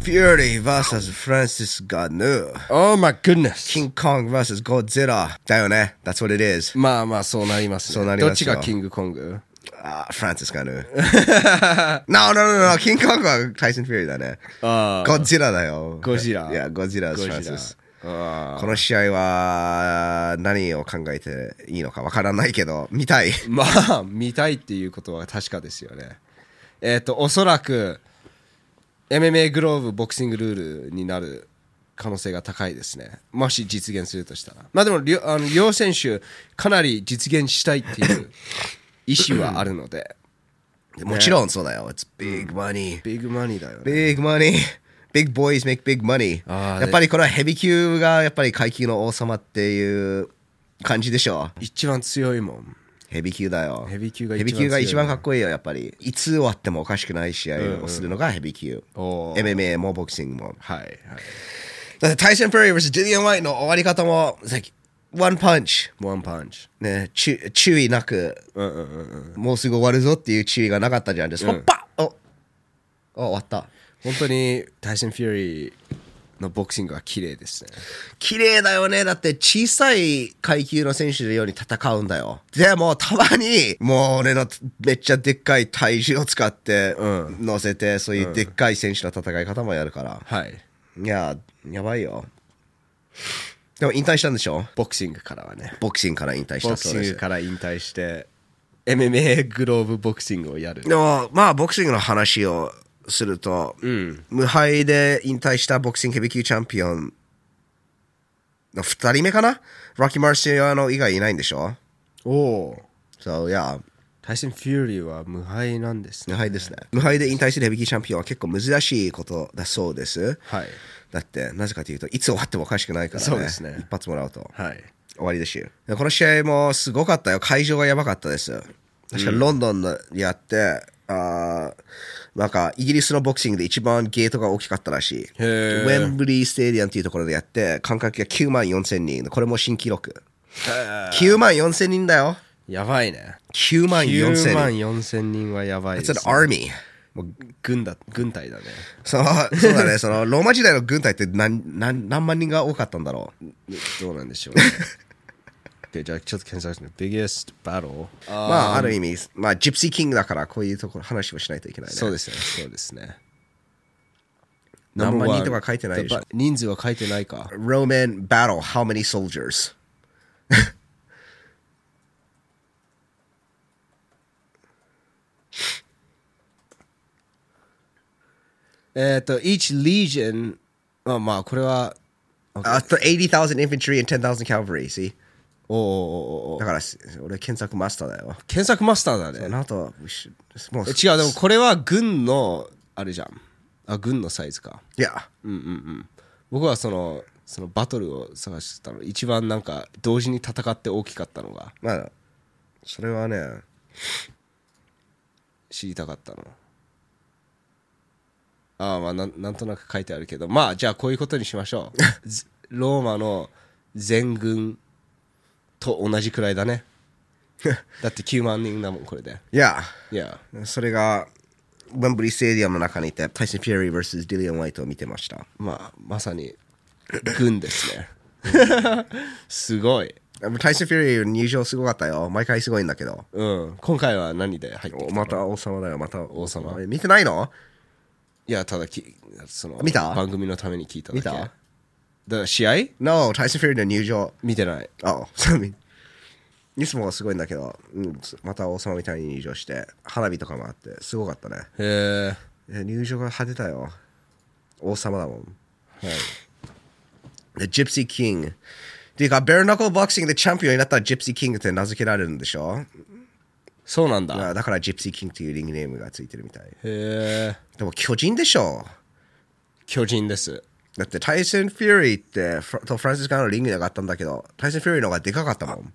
Fury vs. Francis Ganu. Oh my goodness! King Kong vs. Godzilla. だよね。That's what it is. まあまあそうなりますね。そうなりますよどっちがキングコングあ、Francis Ganu. no, no, no, no. King Kong は Tyson Fury だね。ああ。 Godzilla だよ。 Godzilla いや、Godzilla ゴ is ジラ Francis. あこの試合は何を考えていいのかわからないけど、見たい。あまあ、見たいっていうことは確かですよね。えっ、と、おそらく、MMA グローブボクシングルールになる可能性が高いですね。もし実現するとしたら。まあでも、りょあの両選手、かなり実現したいっていう意思はある ので、もちろんそうだよ。It's big money. ビッグマニーだよね。 Big money. Big boys make big money. あーやっぱりこれはヘビー級がやっぱり階級の王様っていう感じでしょ。一番強いもん。ヘビー級だよ。ヘビー級が一番強いヘビー級が一番かっこいいよ、やっぱり。いつ終わってもおかしくない試合をするのがヘビー級。おー MMA もボクシングも。はい、はい。だってタイソン・フェリー vs ディリアン・ワイトの終わり方も、さっき、ワンパンチ。ワンパンチ。ね、ちゅ注意なく、うんうんうんうん。もうすぐ終わるぞっていう注意がなかったじゃん。です。ほっぱおお終わった。本当にタイソン・フューリーのボクシングは綺麗ですね。綺麗だよね。だって小さい階級の選手のように戦うんだよ。でもたまに、もう俺のめっちゃでっかい体重を使ってう乗せて、そういうでっかい選手の戦い方もやるから。はい。いや、やばいよ。でも引退したんでしょボクシングからはね。ボクシングから引退しボたクそシうンでグす。から引退して、MMA グローブボクシングをやる。でも、まあボクシングの話をすると、無敗で引退したボクシングヘビー級チャンピオンの2人目かなロッキー・マルシアの以外いないんでしょおお。そういや。タイソン・フューリーは無敗なんです無ね。敗ですね。無敗で引退するヘビー級チャンピオンは結構珍しいことだそうです。はい。だって、なぜかというと、いつ終わってもおかしくないからね。そうですね一発もらうとはい。終わりですよ。でこの試合もすごかったよ。会場がやばかったです。確かロンドンでやって、あーなんかイギリスのボクシングで一番ゲートが大きかったらしい。ウーェンブリーステディアムっていうところでやって、観客が9万4千人。これも新記録。9万4千人だよ。やばいね。 9万4 9万千人。 4000人はやばいで It's す、 an ね。 army. もう軍だ、軍隊だね。そのそうだね、そのローマ時代の軍隊って何何何万人が多かったんだろう。どうなんでしょ うね。で、じゃあちょっと検索して biggest battle。まあ、ある意味、まあ、ジプシーキングだから、こういうところ、話をしないといけないね。そうですね、そうですね。何万人とか書いてないでしょ。人数は書いてないか。 Roman battle, how many soldiers? えっ、と、each legion、まあまあ、これは、あと80,000 infantry and 10,000 cavalry, see? おうおうおうおうだから、す俺、検索マスターだよ。検索マスターだねあ。の後、we should- もう、違う、でもこれは軍の、あれじゃん。あ、軍のサイズか。いや、僕はその、そのバトルを探してたの。一番なんか、同時に戦って大きかったのがまあ、それはね、知りたかったの。ああ、まあなん、なんとなく書いてあるけど、まあ、じゃあこういうことにしましょ う。ずローマの全軍と同じくらい だね。だって9万人だもん、これで。いや、いや。それが、ウェンブリーステディアムの中にいて、タイソン・フューリー vs ディリアン・ワイトを見てました。まあ、まさに軍で すね。すごい。タイソン・フューリー入場すごかったよ。毎回すごいんだけど。うん。今回は何で入ってきおたまた王様だよ、また王様え見てないのいや、ただき、その見た番組のために聞いただけ。見ただから試合 ?No、タイソン・フューリーの入場。見てない。あ、そうみいつもすごいんだけど、うん、また王様みたいに入場して、花火とかもあって、すごかったね。へえ入場が派手だよ。王様だもん。え。はい。で、ジプシー・キング。っていうか、ベルナコルボクシングでチャンピオンになったらジプシー・キングって名付けられるんでしょそうなんだ。へだからジプシー・キングっていうリングネームがついてるみたい。え。でも巨人でしょ巨人です。だってタイソン・フューリーってフラとフランシスカのリングに上がったんだけど、タイソン・フューリーの方がでかかったもん。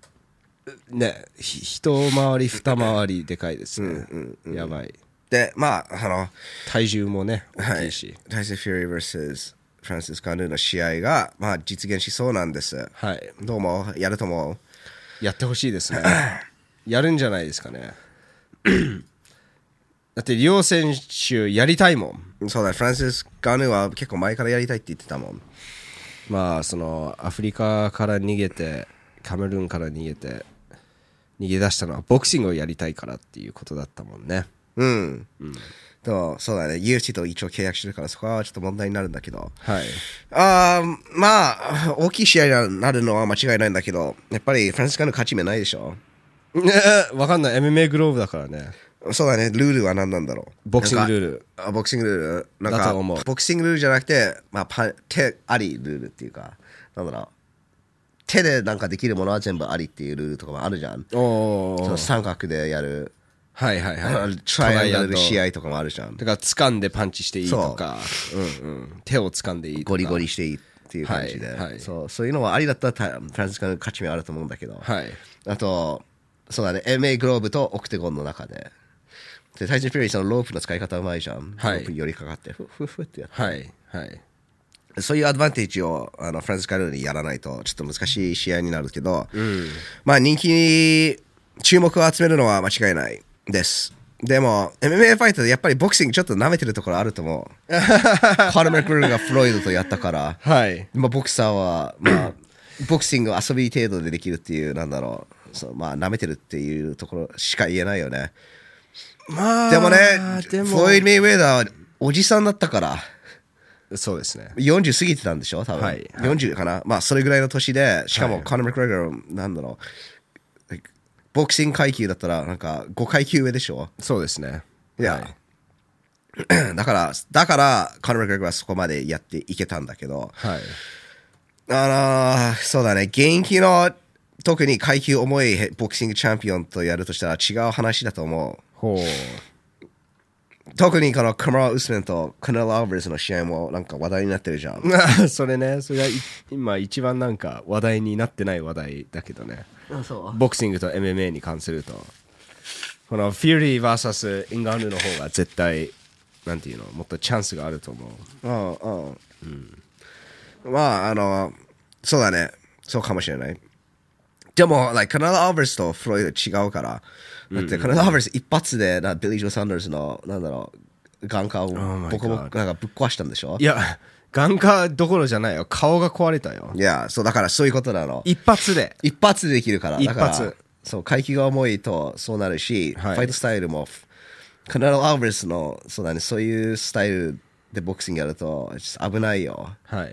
ね、ひ一回り二回りでかいですね。やばい。で、まあ、あの、体重もね、は大きいいし。、タイソン・フューリー vs フランシスカ・ヌーの試合が、まあ、実現しそうなんです。はい。どうも、やると思う。やってほしいですね。やるんじゃないですかね。 だって両選手やりたいもんそうだ、フランシス・ガヌは結構前からやりたいって言ってたもん。まあそのアフリカから逃げてカメルーンから逃げて逃げ出したのはボクシングをやりたいからっていうことだったもんねうん。でも、そうだね、UFC と一応契約してるから、そこはちょっと問題になるんだけど。はいあーまあ、大きい試合になるのは間違いないんだけど、やっぱりフランシス・ガヌ勝ち目ないでしょ。ねえ わかんない MMA グローブだからねそうだね、ルールは何なんだろう。ボクシングルールなんかあボクシングルールなんだかと思うボクシングルールじゃなくて、まあ、パ手ありルールっていうか、なんだろう。手でなんかできるものは全部ありっていうルールとかもあるじゃん。おおその三角でやる、はいはいあはいのトライア トルと試合とかもあるじゃんだ。から掴んでパンチしていいとかうんうん手を掴んでいいとかゴリゴリしていいっていう感じで、はいはいそうそういうのはありだったらたフランスからの勝ち目あると思うんだけど、はいあとそうだね MA グローブとオクテゴンの中ででタイジン・フューリーそのロープの使い方うまいじゃん、はロいープに寄りかかってふふふってやっはいはいてそういうアドバンテージをあのフランスからにやらないとちょっと難しい試合になるけど、まあ人気に注目を集めるのは間違いないですでも MMA ファイターでやっぱりボクシングちょっと舐めてるところあると思 うカール・マクルーンがフロイドとやったからはいまあ、ボクサーは、まあ、ボクシングを遊び程度でできるっていう、なんだろう、そうまあ、舐めてるっていうところしか言えないよね。まあでもね、でフもロイド・メイウェザーはおじさんだったから、そうですね40過ぎてたんでしょ、多分、はいは40かな、まあ、それぐらいの年で、しかも、はいコナー・マクレガー、なんだろう、ボクシング階級だったら、なんか5階級上でしょ。そうですねいや、 だから、だから、コナー・マクレガーはそこまでやっていけたんだけど、はいあのーそうだね、現役の特に階級重いヘボクシングチャンピオンとやるとしたら違う話だと思ほうう。特にこのカマラ・ウスメンとカネラ・アルバレスの試合もなんか話題になってるじゃん。 それねそれがい今一番なんか話題になってない話題だけどねボクシングと MMA に関するとこのフューリー VS インガンヌの方が絶対なんていうのもっとチャンスがあると思ううんうん。まあ、あの、そうだね。そうかもしれない。でも、like, カナダ・アルバレスとフロイド違うから。だって、カナダ・アルバレス一発で、なビリー・ジョー・サンダースの、なんだろう、眼科を my ボコボコ、なんかぶっ壊したんでしょいや眼科どころじゃないよ顔が壊れたよいや、そう、だからそういうことなの。一発で一発でできるから。一発だからそう、階級が重いとそうなるし、はいファイトスタイルも、カナダ・アルバレスの、そうだね、そういうスタイルでボクシングやると、ちょっと危ないよ。はい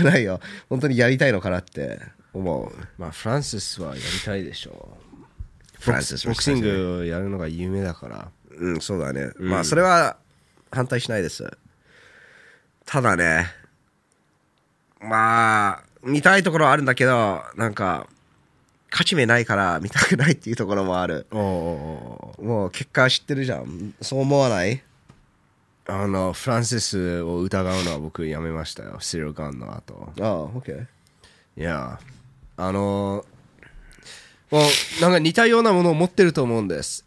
危ないよ。本当にやりたいのかなって思う。 まあフランシスはやりたいでしょう フランシスボクシングをやるのが有名だからうん、そうだね。まあ、それは反対しないです。ただね、まあ、見たいところはあるんだけど、なんか、勝ち目ないから見たくないっていうところもある。おうおうおうもう結果知ってるじゃん。そう思わないあのフランシスを疑うのは僕やめましたよシルガンの後ああ、OK。いやあのもうなんか似たようなものを持ってると思うんです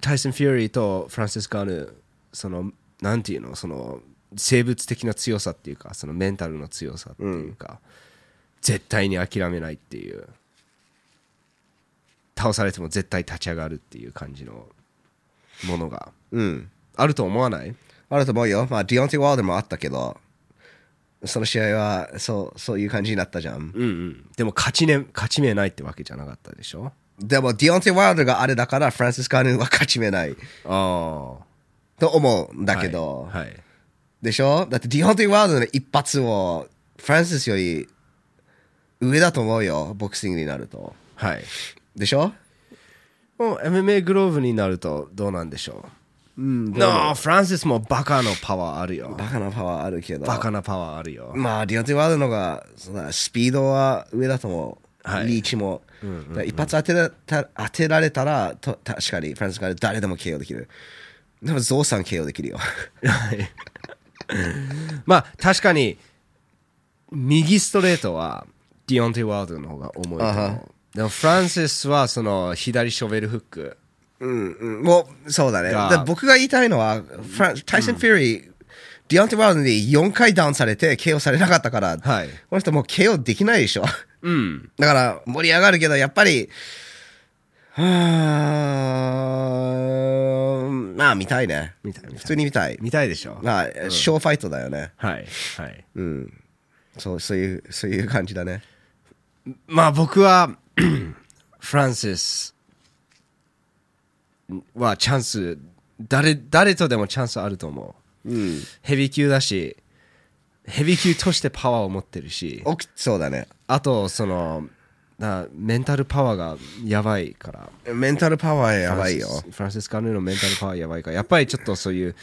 タイソン・フューリーとフランシス・ガーヌそのなんていうのその生物的な強さっていうかそのメンタルの強さっていうか、絶対に諦めないっていう倒されても絶対立ち上がるっていう感じのものがうん。あると思わないあると思うよ。まあ、ディオンティ・ワールドもあったけど、その試合は、そう、そういう感じになったじゃん。うんうん、でも勝ち,、ね、勝ち目ないってわけじゃなかったでしょでも、ディオンティ・ワールドがあれだから、フランシス・カヌーは勝ち目ない。あと思うんあだけど、はいはいでしょだってディオンティ・ワールドの一発をフランシスより上だと思うよボクシングになるとはい、でしょもう MMA グローブになるとどうなんでしょううんなあフランシスもバカのパワーあるよバカなパワーあるけどバカなパワーあるよまあディオンティ・ワールドの方がそんなスピードは上だと思う、はいリーチも、だから一発当てらた当てられたらと確かにフランシスから誰でも KO できるでもゾウさん KO できるよはいまあ確かに右ストレートはディオンティ・ワールドの方が重いと思うあはでもフランシスはその左ショベルフックうんうんもうそうだねがだ僕が言いたいのはフランタイソン・フューリー、ディオンティ・ワールドに4回ダウンされて KO されなかったから、はいこの人もう KO できないでしょ。 うんだから盛り上がるけど、やっぱり、はーんまあ見たいね見たい見たい普通に見たい見たいでしょまあショーファイトだよねはいはいうんそうそういうそういう感じだねまあ僕は フランシスはチャンス誰誰とでもチャンスあると思う、ヘビー級だしヘビー級としてパワーを持ってるしおきそうだねあとそのなメンタルパワーがやばいからメンタルパワーやばいよフランシスフランシス・カヌーのメンタルパワーやばいからやっぱりちょっとそういう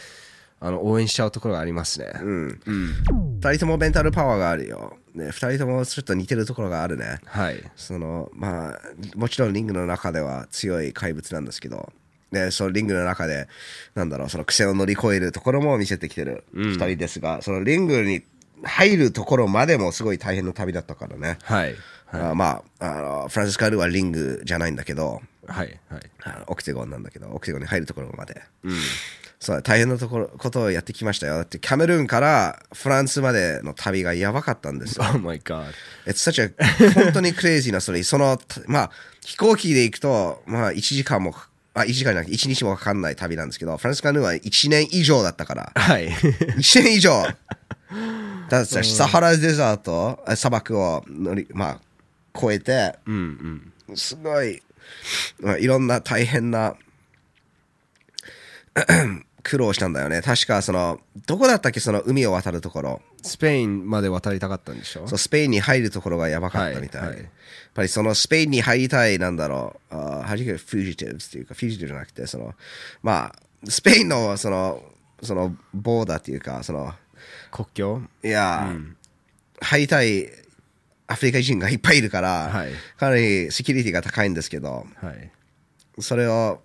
あの応援しちゃうところがありますね、 2人ともメンタルパワーがあるよ、ね、2人ともちょっと似てるところがあるねはいそのまあもちろんリングの中では強い怪物なんですけどでそのリングの中でなんだろうその癖を乗り越えるところも見せてきてる2人ですが、そのリングに入るところまでもすごい大変な旅だったからね、はいあまああのフランシスカ・ルーはリングじゃないんだけどはいはいあのオクテゴンなんだけどオクテゴンに入るところまで、そう大変なところことをやってきましたよだってキャメルーンからフランスまでの旅がやばかったんですよ Oh my god It's such a 本当にクレイジーなストーリーそのまあ飛行機で行くとまあ1時間もあ1時間じゃなくて1日もかかんない旅なんですけどフランスカヌーは1年以上だったから はい 1年以上だってさサハラデザートあ砂漠を乗りまあ越えてうんうんすごい、まあ、いろんな大変な 苦労したんだよね。確か、その、どこだったっけ、その海を渡るところ。スペインまで渡りたかったんでしょそうスペインに入るところがやばかったみたい。はいはいやっぱりそのスペインに入りたい、なんだろう、あはじけフュージティブっていうか、フュージティブじゃなくて、その、まあ、スペインの、その、その、ボーダーっていうか、その、国境いや、入りたいアフリカ人がいっぱいいるから、はいかなりセキュリティが高いんですけど、はいそれを、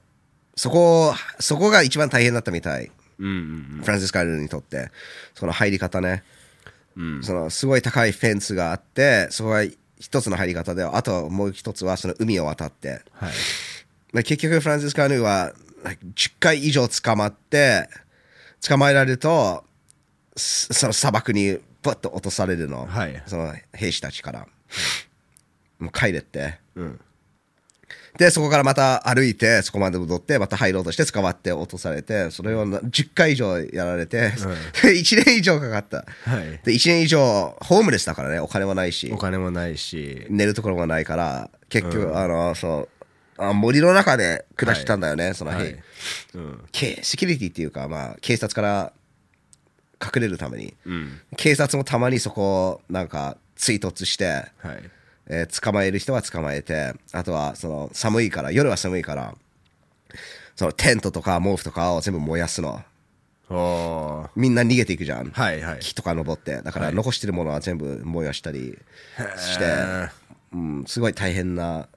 そこを、そこが一番大変だったみたい。うんうんフランシス・カルーにとって。その入り方ね。そのすごい高いフェンスがあって、そこが一つの入り方で、あともう一つはその海を渡って。はいで結局フランシス・カルーは10回以上捕まって、捕まえられると、すその砂漠にぶっと落とされるの。はいその兵士たちから。もう帰れって。うんで、そこからまた歩いて、そこまで戻って、また入ろうとして捕まって落とされて、それをな10回以上やられて、1年以上かかった。はいで、1年以上、ホームレスだからね、お金もないしお、金もないし寝るところもないから、結局、あの、そう、あ森の中で暮らしてたんだよね、そのは日、いうんけセキュリティっていうか、まあ、警察から隠れるために、うん警察もたまにそこを、なんか、追突して、はいえー捕まえる人は捕まえてあとはその寒いから夜は寒いからそのテントとか毛布とかを全部燃やすのおーみんな逃げていくじゃん、はいはい木とか登ってだから残してるものは全部燃やしたりして、へうん、すごい大変な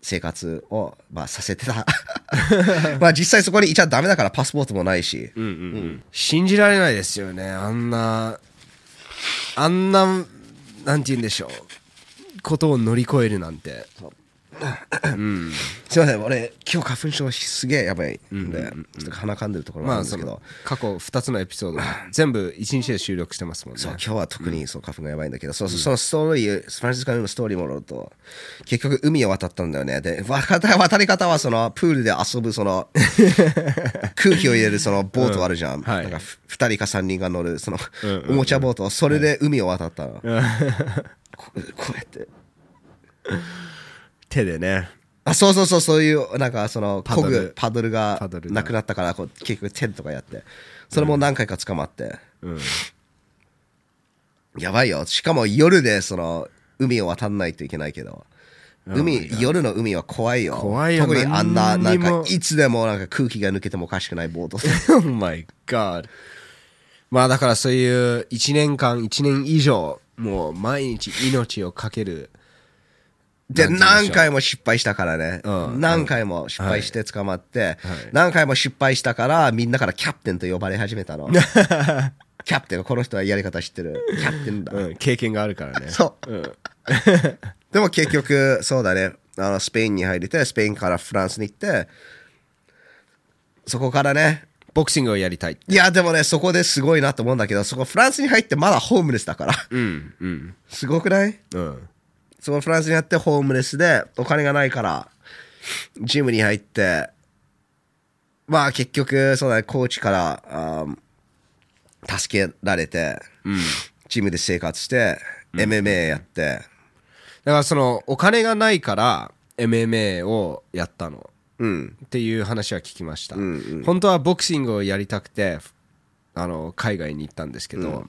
生活を、まあ、させてた まあ実際そこにいちゃダメだからパスポートもないし、うんうんうん信じられないですよねあんなあんななんて言うんでしょうことを乗り越えるなんてすいません俺今日花粉症すげえやばいんで、ちょっと鼻かんでるところがあまるんであすそけど、の過去2つのエピ ソード全部1日で収録してますもんねそう今日は特にそう花粉がやばいんだけど、そうそうそのストーリー、フランシスカヌーのストーリーもろうと、結局海を渡ったんだよね。で、渡渡り方はそのプールで遊ぶそ の空気を入れるそのボートあるじゃん。うんはいなんかふ2人か3人が乗るその、うんうんうんおもちゃボート、それで海を渡ったの。こ こうやって。手でねあそうそうそうそういうなんかそのパこドルぐパドルがパドルがなくなったからこう結局テンとかやってそれも何回か捕まって、うんやばいよ。しかも夜でその海を渡んないといけないけど。海、夜の海は怖いよ。怖いよ特にあんな、な何んにもか、いつでもなんか空気が抜けてもおかしくないボート。 Oh my god まあだからそういう1年間1年以上もう毎日命を懸けるで、なんて言うんでしょう何回も失敗したからね。うん何回も失敗して捕まって、はい何回も失敗したから、みんなからキャプテンと呼ばれ始め たの。キャプテン、この人はやり方知ってる。キャプテンだ。うん経験があるからねそう。 でも結局、そうだね。あの、スペインに入れて、スペインからフランスに行って、そこからね、ボクシングをやりたいいや、でもね、そこですごいなと思うんだけど、そこフランスに入ってまだホームレスだから。うんうんすごくないうんそこフランスに入ってホームレスで、お金がないから、ジムに入って、まあ結局、そうだね、コーチから、あー助けられて、ジムで生活して、MMA やって、だからそのお金がないから MMA をやったのうん、っていう話は聞きました、んう本当はボクシングをやりたくてあの海外に行ったんですけど、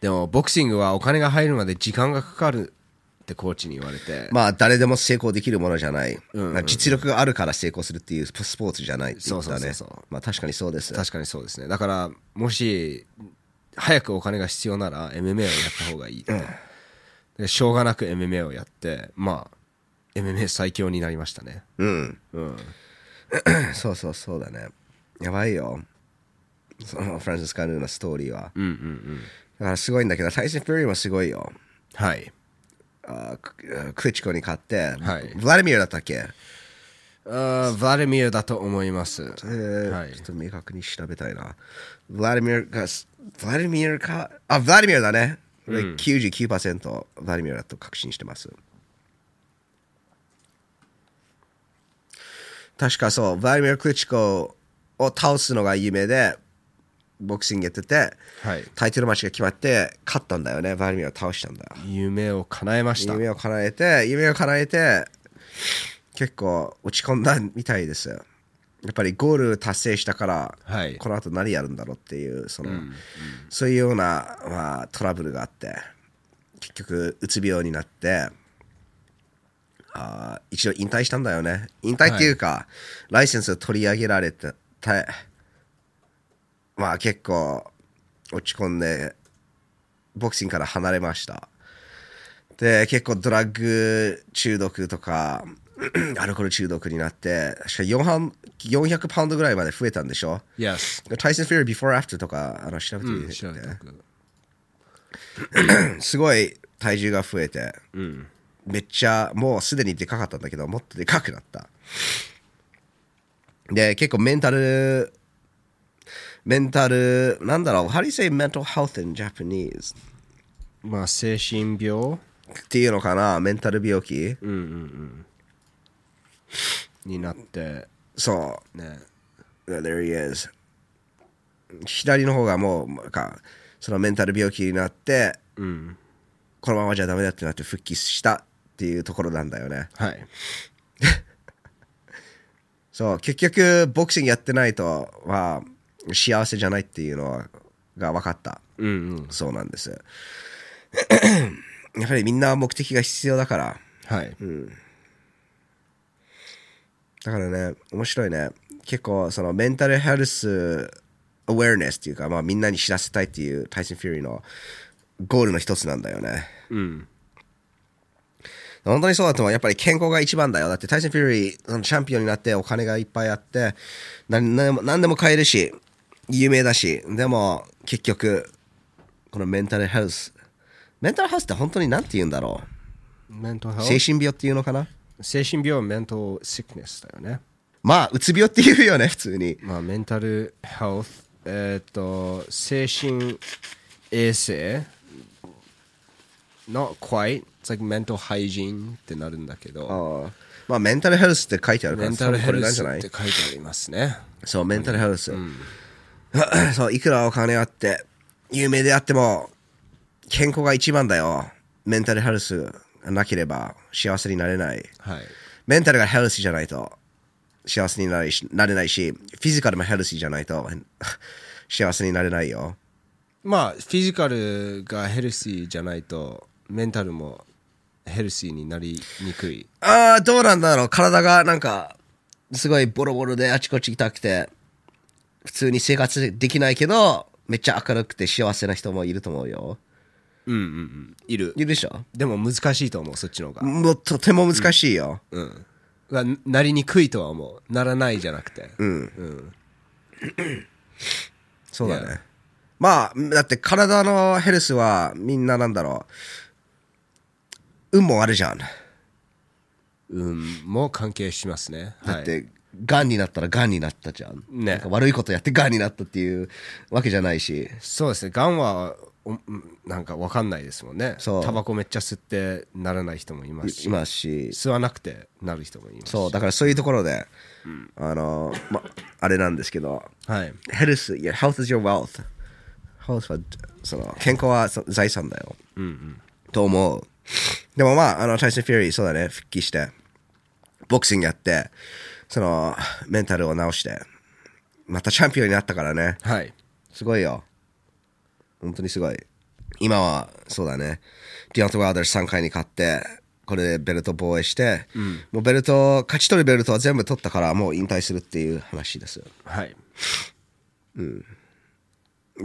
でもボクシングはお金が入るまで時間がかかるってコーチに言われて、まあ誰でも成功できるものじゃない、んまあ実力があるから成功するっていうスポスポーツじゃないって言ったねそうそうそうそうまあ確かにそうです確かにそうですねだからもし早くお金が必要なら MMA をやった方がいいって、でしょうがなく MMA をやってまあ MMA 最強になりましたねうんうんそうそうそうだねやばいよそのフランシスカ・ヌーのストーリーはうんうんうんだからすごいんだけどタイソン・フューリーもすごいよはいあーククリチコに勝って、はいブラディミルだったっけ、あーヴァレミューだと思います、えーはいちょっと明確に調べたいなブラディミルがブラディミルかあブラディミルだね、俺99%ブラディミルだと確信してます確かそうブラディミル・クリチコを倒すのが夢でボクシングやってて、はいタイトルマッチが決まって勝ったんだよねブラディミルを倒したんだよ夢を叶えました夢を叶えて夢を叶えて結構落ち込んだみたいですやっぱりゴール達成したから、はいこの後何やるんだろうっていうその、そういうような、まあ、トラブルがあって結局うつ病になってあー一応引退したんだよね引退っていうか、ライセンスを取り上げられてたまあ結構落ち込んでボクシングから離れましたで結構ドラッグ中毒とか アルコール中毒になって確か4半400パウンドぐらいまで増えたんでしょ Yes タイソン・フューリー before after とかあの調べてみて、調べておくすごい体重が増えて、めっちゃもうすでにでかかったんだけどもっとでかくなったで結構メンタルメンタルなんだろう How do you say mental health in Japanese? まあ精神病っていうのかなメンタル病気、になってそうね Yeah, There he is. 左の方がもうなんかそのメンタル病気になって、このままじゃダメだってなって復帰したっていうところなんだよねはいそう結局ボクシングやってないとは幸せじゃないっていうのが分かったうんうんそうなんです やっぱりみんな目的が必要だからはい、だからね面白いね結構そのメンタルヘルスアウェアネスっていうか、まあ、みんなに知らせたいっていうタイソン・フューリーのゴールの一つなんだよねうん本当にそうだと思うやっぱり健康が一番だよだってタイソン・フューリーそのチャンピオンになってお金がいっぱいあって何何でも何でも買えるし有名だしでも結局このメンタルヘルスメンタルヘルスって本当に何て言うんだろメンタルうヘ精ルス神病っていうのかな精神病はメンタルシックネスだよねまあうつ病っていうよね普通にまあメンタルヘルスえーっと精神衛生 not quite it's like mental hygiene ってなるんだけどああまあメンタルヘルスって書いてあるかメらンタルヘ多分これルなんスじゃってな書いいてありますねそうメンタルヘルス、そういくらお金あって有名であっても健康が一番だよメンタルヘルスがなければ幸せになれないはいメンタルがヘルシーじゃないと幸せになれしなれないしフィジカルもヘルシーじゃないと幸せになれないよまあフィジカルがヘルシーじゃないとメンタルもヘルシーになりにくいああどうなんだろう体がなんかすごいボロボロであちこち痛くて普通に生活できないけどめっちゃ明るくて幸せな人もいると思うようんうんうんいるいるでしょでも難しいと思うそっちの方がもうとても難しいよ、うんがなりにくいとは思うならないじゃなくてうんうんそうだね Yeah. まあだって体のヘルスはみんななんだろう運もあるじゃん、うんも関係しますねだはっいてがんになったらがんになったじゃん,、ねなんか悪いことやってがんになったっていうわけじゃないしそうですねがんはおうんなんかわかんないですもんねそうタバコめっちゃ吸ってならない人もいますしいますし吸わなくてなる人もいますしそうだからそういうところで、あのまあれなんですけどはいヘルスいや health is your wealth health はその健康はそ財産だよ、と思うでもまああのタイソン・フューリーそうだね復帰してボクシングやってそのメンタルを直してまたチャンピオンになったからねはいすごいよ。本当にすごい。今は、そうだね。ディアント・ワーダー3回に勝って、これでベルト防衛して、もうベルト、勝ち取るベルトは全部取ったから、もう引退するっていう話ですよ。はい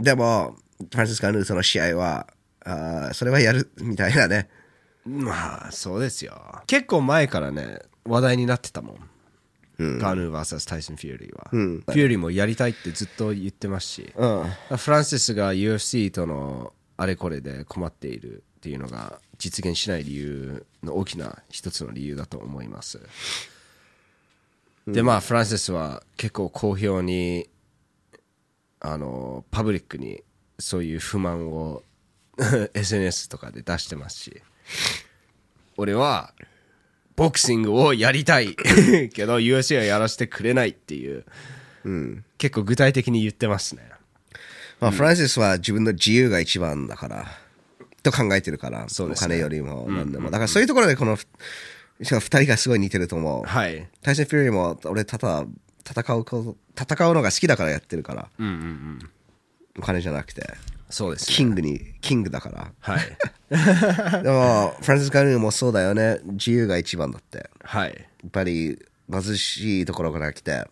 でも、フランシスカ・ヌートの試合は、あーそれはやるみたいなね。まあそうですよ結構前からね話題になってたもん、ガヌー VS タイソン・フューリーは、フューリーもやりたいってずっと言ってますし、フランシスが UFC とのあれこれで困っているっていうのが実現しない理由の大きな一つの理由だと思います、でまあフランシスは結構好評にあのパブリックにそういう不満を SNS とかで出してますし俺はボクシングをやりた いけど UFC はやらせてくれないっていう、結構具体的に言ってますねまあ、フランシスは自分の自由が一番だから、と考えてるから、そうですおね金よりも何でも。だからそういうところで、この、しかも2人がすごい似てると思う。はいタイソン・フューリーも俺ただ戦うこと戦うのが好きだからやってるから、お金じゃなくてそうですねキングにキングだかはいらでもフランシス・ガヌーもそうだよね自由が一番だってや はいっぱり貧しいところから来て、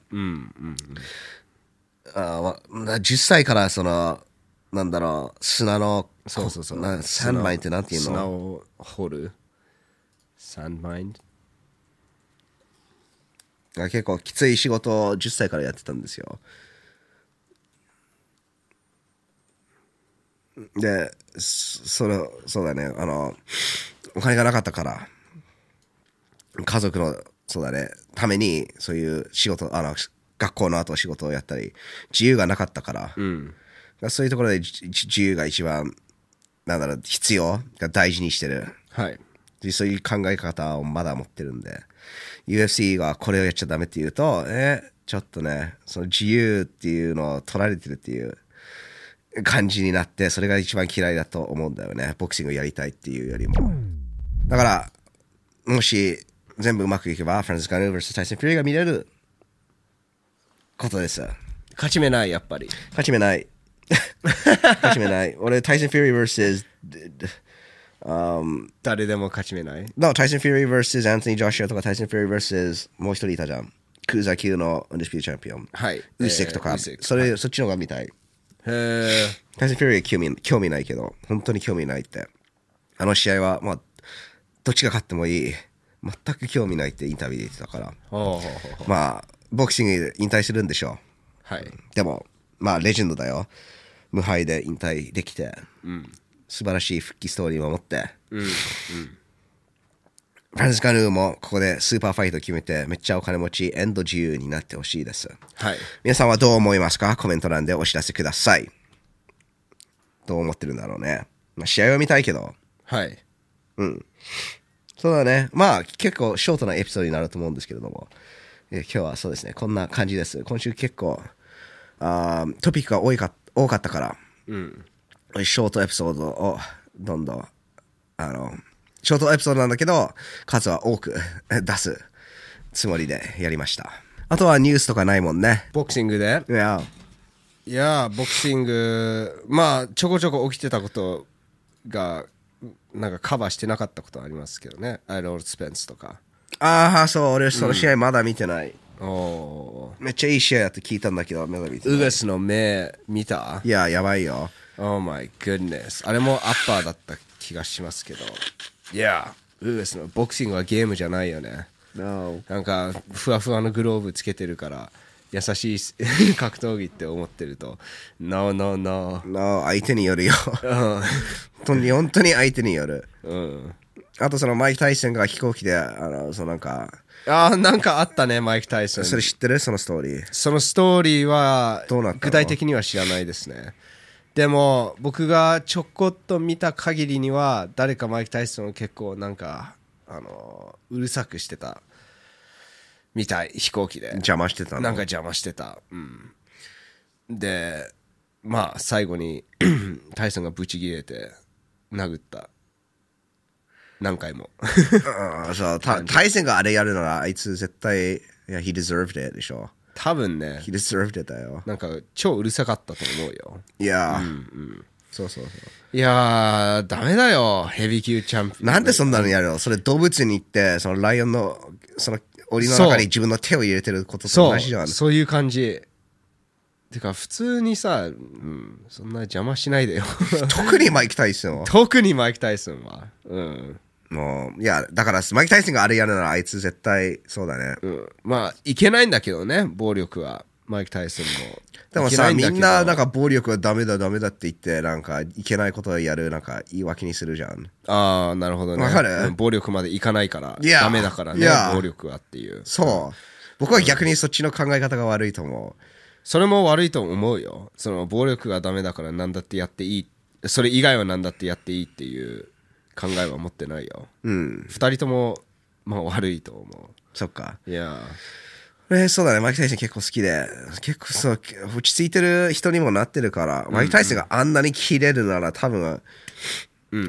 あわ10歳からそのなんだろう砂のそうそうそうな三枚ってなんていう砂のを掘るサンマインが結構きつい仕事を10歳からやってたんですよでそそのそうだねあのお金がなかったから家族のそうだねためにそういう仕事あのし学校の後仕事をやったり自由がなかったから、そういうところでじじ自由が一番なんだろう必要が大事にしてるはいでそういう考え方をまだ持ってるんで UFC がこれをやっちゃダメって言うとえちょっとねその自由っていうのを取られてるっていう感じになってそれが一番嫌いだと思うんだよねボクシングをやりたいっていうよりもだからもし全部うまくいけばフランス・ガヌー vs タイソン・フューリーが見れることですよ勝ち目ないやっぱり勝ち目ない勝ち目ない俺タイソン・フューリー vs 誰でも勝ち目ないの、タイソン・フューリー vs. アントニー・ジョシュアとか、タイソン・フューリー vs. もう一人いたじゃん。クーザー級の Undisputed チャンピオン。はいウーセクとえーか、ウセクそれ、そっちの方が見たい。へえタイソン・フューリーは興味興味ないけど、本当に興味ないって。あの試合は、まあ、どっちが勝ってもいい。全く興味ないってインタビューで言ってたから。ほうほうほうほうまあ、ボクシングで引退するんでしょはい、う。でも、まあ、レジェンドだよ。無敗で引退できて、素晴らしい復帰ストーリーを持って。フランス・ガヌーもここでスーパーファイトを決めてめっちゃお金持ちエンド自由になってほしいですはい、皆さんはどう思いますかコメント欄でお知らせくださいどう思ってるんだろうね、まあ、試合は見たいけどはい、そうだねまあ結構ショートなエピソードになると思うんですけれどもえ今日はそうですねこんな感じです今週結構あートピックが多いか多かったから、ショートエピソードをどんどんあのショートエピソードなんだけど数は多く 出すつもりでやりましたあとはニュースとかないもんねボクシングでいやいやーボクシングまあちょこちょこ起きてたことがなんかカバーしてなかったことありますけどねアイロール・スペンスとかああそう俺その試合まだ見てない、おおめっちゃいい試合だって聞いたんだけどまだ見てウないグスの目見たいややばいよ Oh my goodness あれもアッパーだった気がしますけどいやーウグスのボクシングはゲームじゃないよね No なんかふわふわのグローブつけてるから優しい 格闘技って思ってると No no no なあ相手によるようん本当に本当に相手によるうんあとそのマイク・タイソンが飛行機であのそのなんかあーなんかあったねマイク・タイソンそれ知ってるそのストーリーそのストーリーはどうなったの具体的には知らないですね。でも僕がちょこっと見た限りには誰かマイク・タイソンを結構なんかあのうるさくしてたみたい飛行機で邪魔してたのなんか邪魔してた、うん、でまあ最後に タイソンがブチ切れて殴った何回もうんそうた対戦があれやるならあいつ絶対いや he deserved it でしょ多分ね he deserved it だよなんか超うるさかったと思うよいやー、そうそうそういやーダメだよヘビー級チャンピオンなんでそんなのやるのそれ動物園に行ってそのライオンのその檻の中に自分の手を入れてることとそ同うじじゃんそういう感じてか普通にさ、うん、そんな邪魔しないでよ 特にマイク・タイソンは特にマイク・タイソンはうん、もういやだからマイク・タイソンがあれやるならあいつ絶対そうだねうん、まあいけないんだけどね暴力はマイク・タイソンもでもいけなさいだみけどんななんか暴力はダメだダメだって言ってなんかいけないことをやるなんか言い訳にするじゃんああなるほどねわかるうん暴力までいかないからいやダメだからいねや暴力はっていうそう僕は逆にそっちの考え方が悪いと思うそれも悪いと思うよその暴力がダメだから何だってやっていいそれ以外は何だってやっていいっていう考えは持ってないよ、うん二人ともまあ悪いと思そっかういやえーそうだねマイク・タイソン結構好きで結構そう落ち着いてる人にもなってるからマイク・タイソンがあんなに切れるなら多分、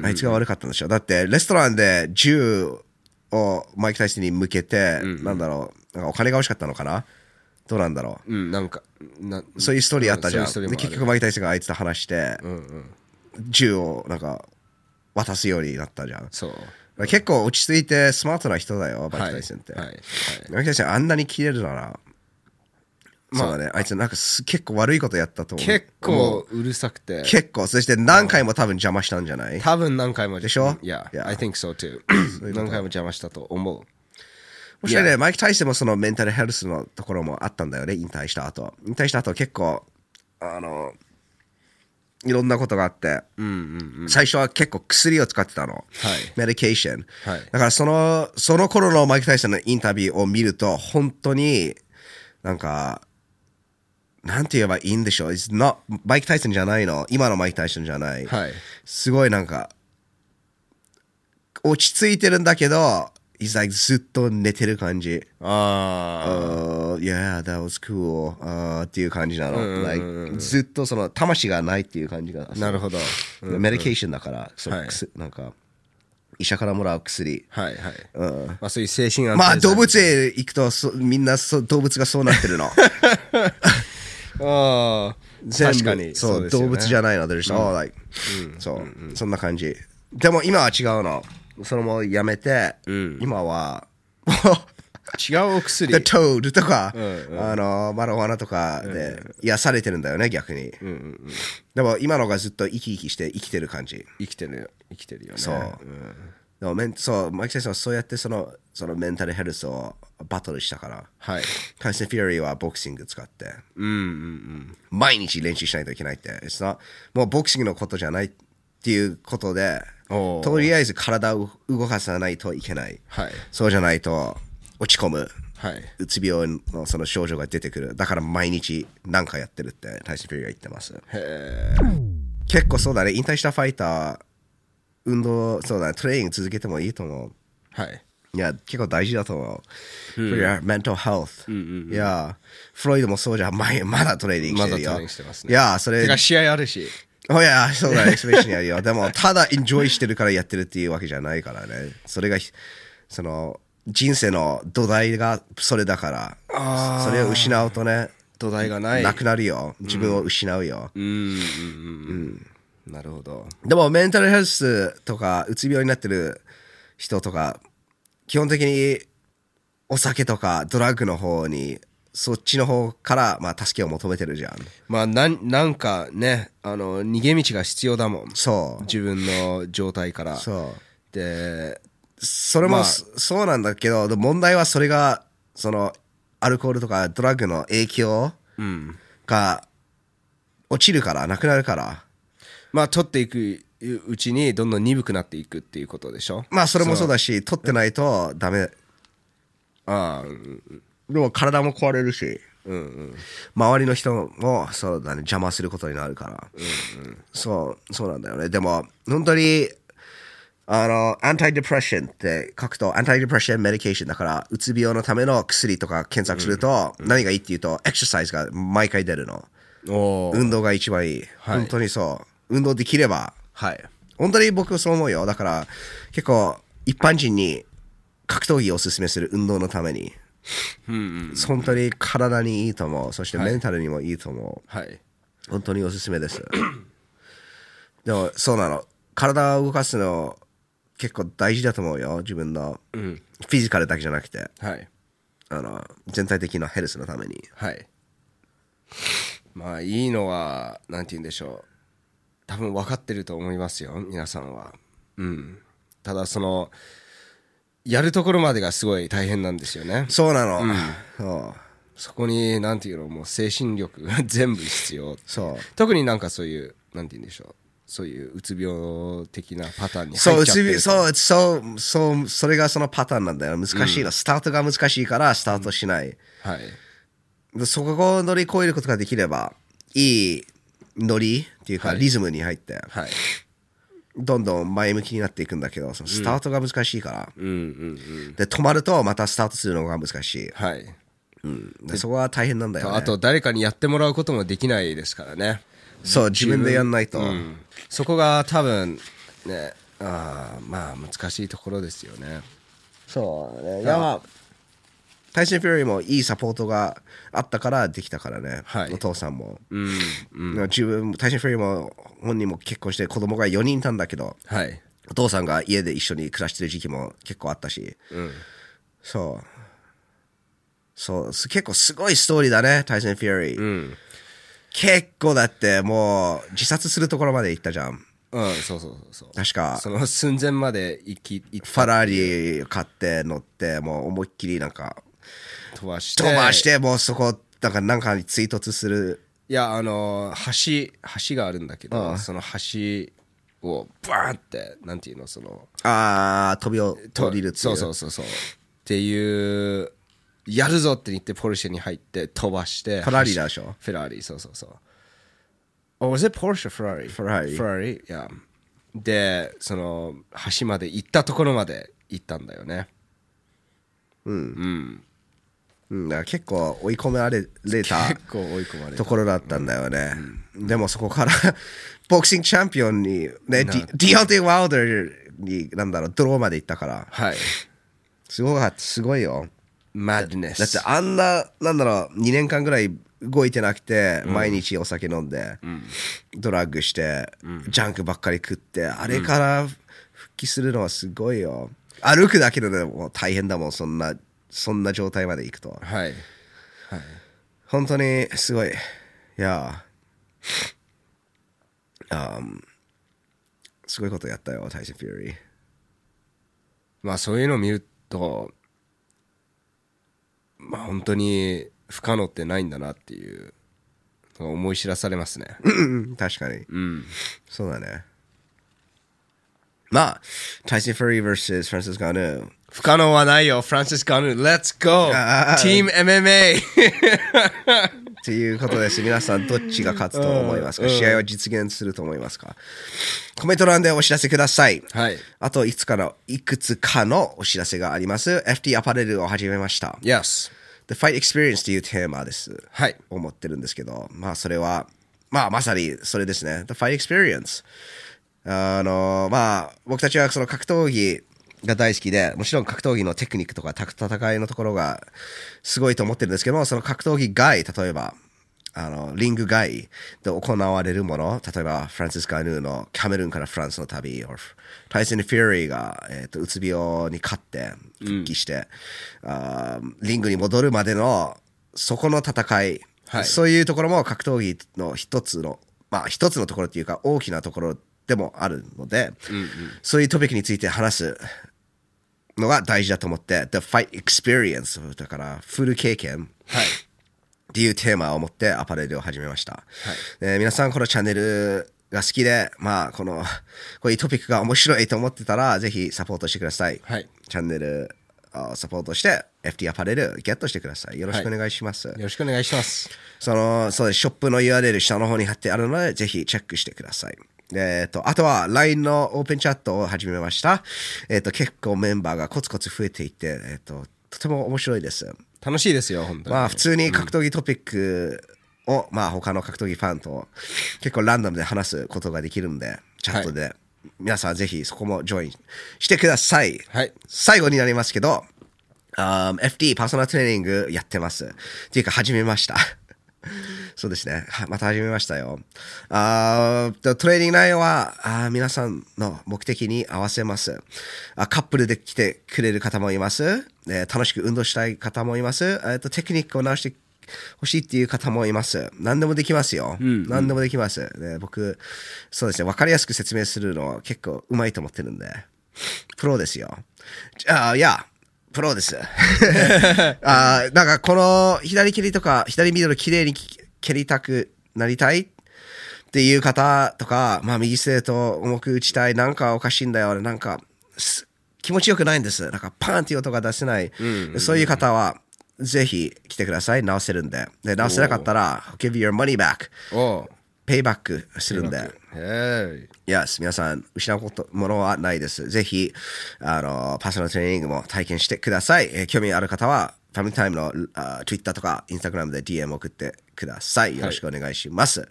あいつが悪かったんでしょだってレストランで銃をマイク・タイソンに向けて、なんだろうなんかお金が欲しかったのかなどうなんだろううんなんかなそういうストーリーあったじゃん、そういうストーリーもあでる結局マイク・タイソンがあいつと話して、銃をなんか渡すようになったじゃんそう結構落ち着いてスマートな人だよマイク・タイソンって、はいはいマイク・タイソンあんなに切れるなら、そうだねあいつなんかす結構悪いことやったと思う結も構うるさくてう結構そして何回も多分邪魔したんじゃない多分何回もでしょいや、 Yeah I think so too 何回も邪魔したと思うもしかねマイク・タイソンもそのメンタルヘルスのところもあったんだよね引退した後引退した後結構あのいろんなことがあって、最初は結構薬を使ってたの、メディケーション、はいだからそのその頃のマイク・タイソンのインタビューを見ると本当になんかなんて言えばいいんでしょう It's not マイク・タイソンじゃないの今のマイク・タイソンじゃない、はいすごいなんか落ち着いてるんだけど He's like ずっと寝てる感じあああー Yeah, that was cool. あーっていう感じなの。Like ずっとその魂がないっていう感じが。なるほどど。メディケーションだから、そうはい薬なんか、医者からもらう薬。はいはい、まあそういう精神安定ま剤あ動物園行くとそみんなそう動物がそうなってるの。ああ全部確かにそうですよね動物じゃないの。でしょ。like そう、そんな感じ。でも今は違うの。それもやめて、今 は、違うお薬 The Toad とか、あのマロワナとかで癒されてるんだよね逆に、でも今のがずっと生き生きして生きてる感じ生きてるよ生きてるよねそう、でもメンそうマキ先生はそうやってそのそのメンタルヘルスをバトルした からはいタイソン・フューリーはボクシング使ってうんうん毎日練習しないといけないって It's not- もうボクシングのことじゃないっていうことでおーとりあえず体を動かさないといけないはいそうじゃないと落ち込むはいうつ病のその症状が出てくるだから毎日何かやってるって大志フィリが言ってます結構そうだね引退したファイター運動そうだねトレーニング続けてもいいと思はい。ういや結構大事だと思う、いやメンタルヘルス、いやフロイドもそうじゃんままだトレーニングしてるよまだトレーニングしてますねいやそれてか試合あるし。おやそうだねスペースにあ るよでもただエンジョイしてるからやってるっていうわけじゃないからねそれがひその人生の土台がそれだからそれを失うとね土台がない。なくなるよ自分を失うよ、うんうんうんうん。なるほど。でもメンタルヘルスとかうつ病になってる人とか基本的にお酒とかドラッグの方にそっちの方から、まあ、助けを求めてるじゃんまあなんなんかねあの逃げ道が必要だもん。そう自分の状態から。そうで、それも、まあそそうなんだけどで問題はそれがそのアルコールとかドラッグの影響が落ちるからなくなるからまあ取っていくうちにどんどん鈍くなっていくっていうことでしょ。まあそれもそうだし取ってないとダメああうんでも体も壊れるしうんうん周りの人もそうだね邪魔することになるから、そうそうなんだよねでも本当にあのアンタイデプレッションって書くとアンタイデプレッションメディケーションだからうつ病のための薬とか検索すると、何がいいっていうとエクササイズが毎回出るのおー運動が一番いい、はい本当にそう運動できればはい本当に僕はそう思うよだから結構一般人に格闘技をおすすめする運動のためにうんうん本当に体にいいと思うそしてはいメンタルにもいいと思う、はい本当におすすめです でもそうなの体を動かすの結構大事だと思うよ自分の、んフィジカルだけじゃなくてはいあの全体的なヘルスのためにはいまあいいのはなんて言うんでしょう多分分かってると思いますよ皆さんはうんただそのやるところまでがすごい大変なんですよねそうなの、そうそこになんていうのもう精神力 が全部必要そう特になんかそういうなんて言うんでしょうそういううつ病的なパターンにそ入う、っうちゃってつるび、そう、そう、そう、それがそのパターンなんだよ。難しいの。スタートが難しいから、スタートしない。はいでそこを乗り越えることができれば、いいノリっていうか、はいリズムに入って、はいどんどん前向きになっていくんだけど、そのスタートが難しいから。うんうんうんで、止まると、またスタートするのが難しい。はいうん。でそこは大変なんだよ、ね。あと誰かにやってもらうこともできないですからねそう、自分でやんないと。うんそこが多分ねあーまあ難しいところですよねそうだね。いや、まあ、タイソン・フューリーもいいサポートがあったからできたからね。はいお父さんも。うん自分もタイソン・フューリーも本人も結婚して子供が4人いたんだけどはいお父さんが家で一緒に暮らしてる時期も結構あったし、うんそうそうす結構すごいストーリーだねタイソン・フューリー、うん結構だってもう自殺するところまで行ったじゃんうんそうそうそうそう確かその寸前まで行き行っファラリー買って乗ってもう思いっきりなんか飛ばして飛ばしてもうそこなんかなんかに追突するいやあのー橋橋があるんだけどその橋をバーンってなんていうのそのあー飛びを降りるっていうそうそうそうそうっていうやるぞって言ってポルシェに入って飛ばしてフェラーリだでしょフェラーリそうそうそう Oh, was it Porsche? フェラーリフェラーリフェラーリ yeah でその橋まで行ったところまで行ったんだよねうん、だから結構追い込められた結構追い込まれとたころだったんだよね。でもそこから ボクシングチャンピオンに、ね、ディディオンティ・ワウダーに、なんだろう、ドローまで行ったから、はいすごかった、すごいよ。 Madness だってあんな、なんだろう、2年間ぐらい動いてなくて、毎日お酒飲んで、ドラッグして、ジャンクばっかり食って、あれから復帰するのはすごいよ。歩くだけでも大変だもん、そんな、そんな状態まで行くと。はい本当にすごい。いやー、um, すごいことやったよ、タイソン・フューリー。まあそういうのを見るとまあ本当に不可能ってないんだなっていうのを思い知らされますねうん確かに。うんそうだね。まあ、タイソン・フューリー vs フランシス・ガヌー。不可能はないよ、フランシス・ガヌー、Let's go! あーチーム MMA! っていうことです。皆さん、どっちが勝つと思いますかうん試合は実現すると思いますかコメント欄でお知らせください。 はい。あと、いつかの、いくつかのお知らせがあります。FT アパレルを始めました。 Yes. The Fight Experience というテーマです。はい。思ってるんですけど、まあそれは、まあまさにそれですね。The Fight Experience。あの、まあ僕たちはその格闘技が大好きで、もちろん格闘技のテクニックとかた戦いのところがすごいと思ってるんですけども、その格闘技外、例えば、あの、リング外で行われるもの、例えば、フランシス・ガヌーのキャメルーンからフランスの旅、or タイソン・フューリーが、えー、とうつ病に勝って、復帰して、あーリングに戻るまでの、そこの戦い、はいそういうところも格闘技の一つの、まあ一つのところっていうか、大きなところでもあるので、そういうトピックについて話すのが大事だと思って、The Fight Experience、だから、フル経験。はい。っていうテーマを持ってアパレルを始めました、えー皆さんこのチャンネルが好きでまあこのこういうトピックが面白いと思ってたらぜひサポートしてください、はいチャンネルあサポートして FT アパレルゲットしてください。よろしくお願いします。よろしくお願いします。その、そうです。ショップの URL 下の方に貼ってあるので、ぜひチェックしてください。えっ、と、あとは LINE のオープンチャットを始めました。えっ、と、結構メンバーがコツコツ増えていて、えっ、と、とても面白いです。楽しいですよ、本当に。まあ、普通に格闘技トピックを、まあ、他の格闘技ファンと結構ランダムで話すことができるんで、チャットで、皆さんぜひそこもジョインしてください。はい最後になりますけど、あー FT パーソナルトレーニングやってます。っていうか、始めました。そうですね。はまた始めましたよ。あーとトレーニング内容はあー皆さんの目的に合わせますあ。カップルで来てくれる方もいます。えー楽しく運動したい方もいます。えーとテクニックを直して欲しいっていう方もいます。何でもできますよ。何でもできます。で僕、そうですね。わかりやすく説明するのは結構うまいと思ってるんで。プロですよ。じゃあ、いや、プロです。 あーなんかこの左蹴りとか左ミドル綺麗にき蹴りたくなりたいっていう方とか、まあ右ストレート重く打ちたい、なんかおかしいんだよ、なんかす気持ちよくないんです。なんかパーンっていう音が出せない。そういう方は、ぜひ来てください。直せるんで。で、直せなかったら、give your money back。おう。ペイバックするんで。へい。 Yes, 皆さん、失うことものはないです。ぜひ、あの、パーソナルトレーニングも体験してください。えー興味ある方は、ファミリータイムのあ Twitter とか Instagram で DM 送ってください。よろしくお願いします。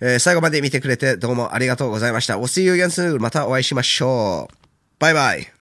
えー最後まで見てくれてどうもありがとうございました。お see you again soon. またお会いしましょう。バイバイ。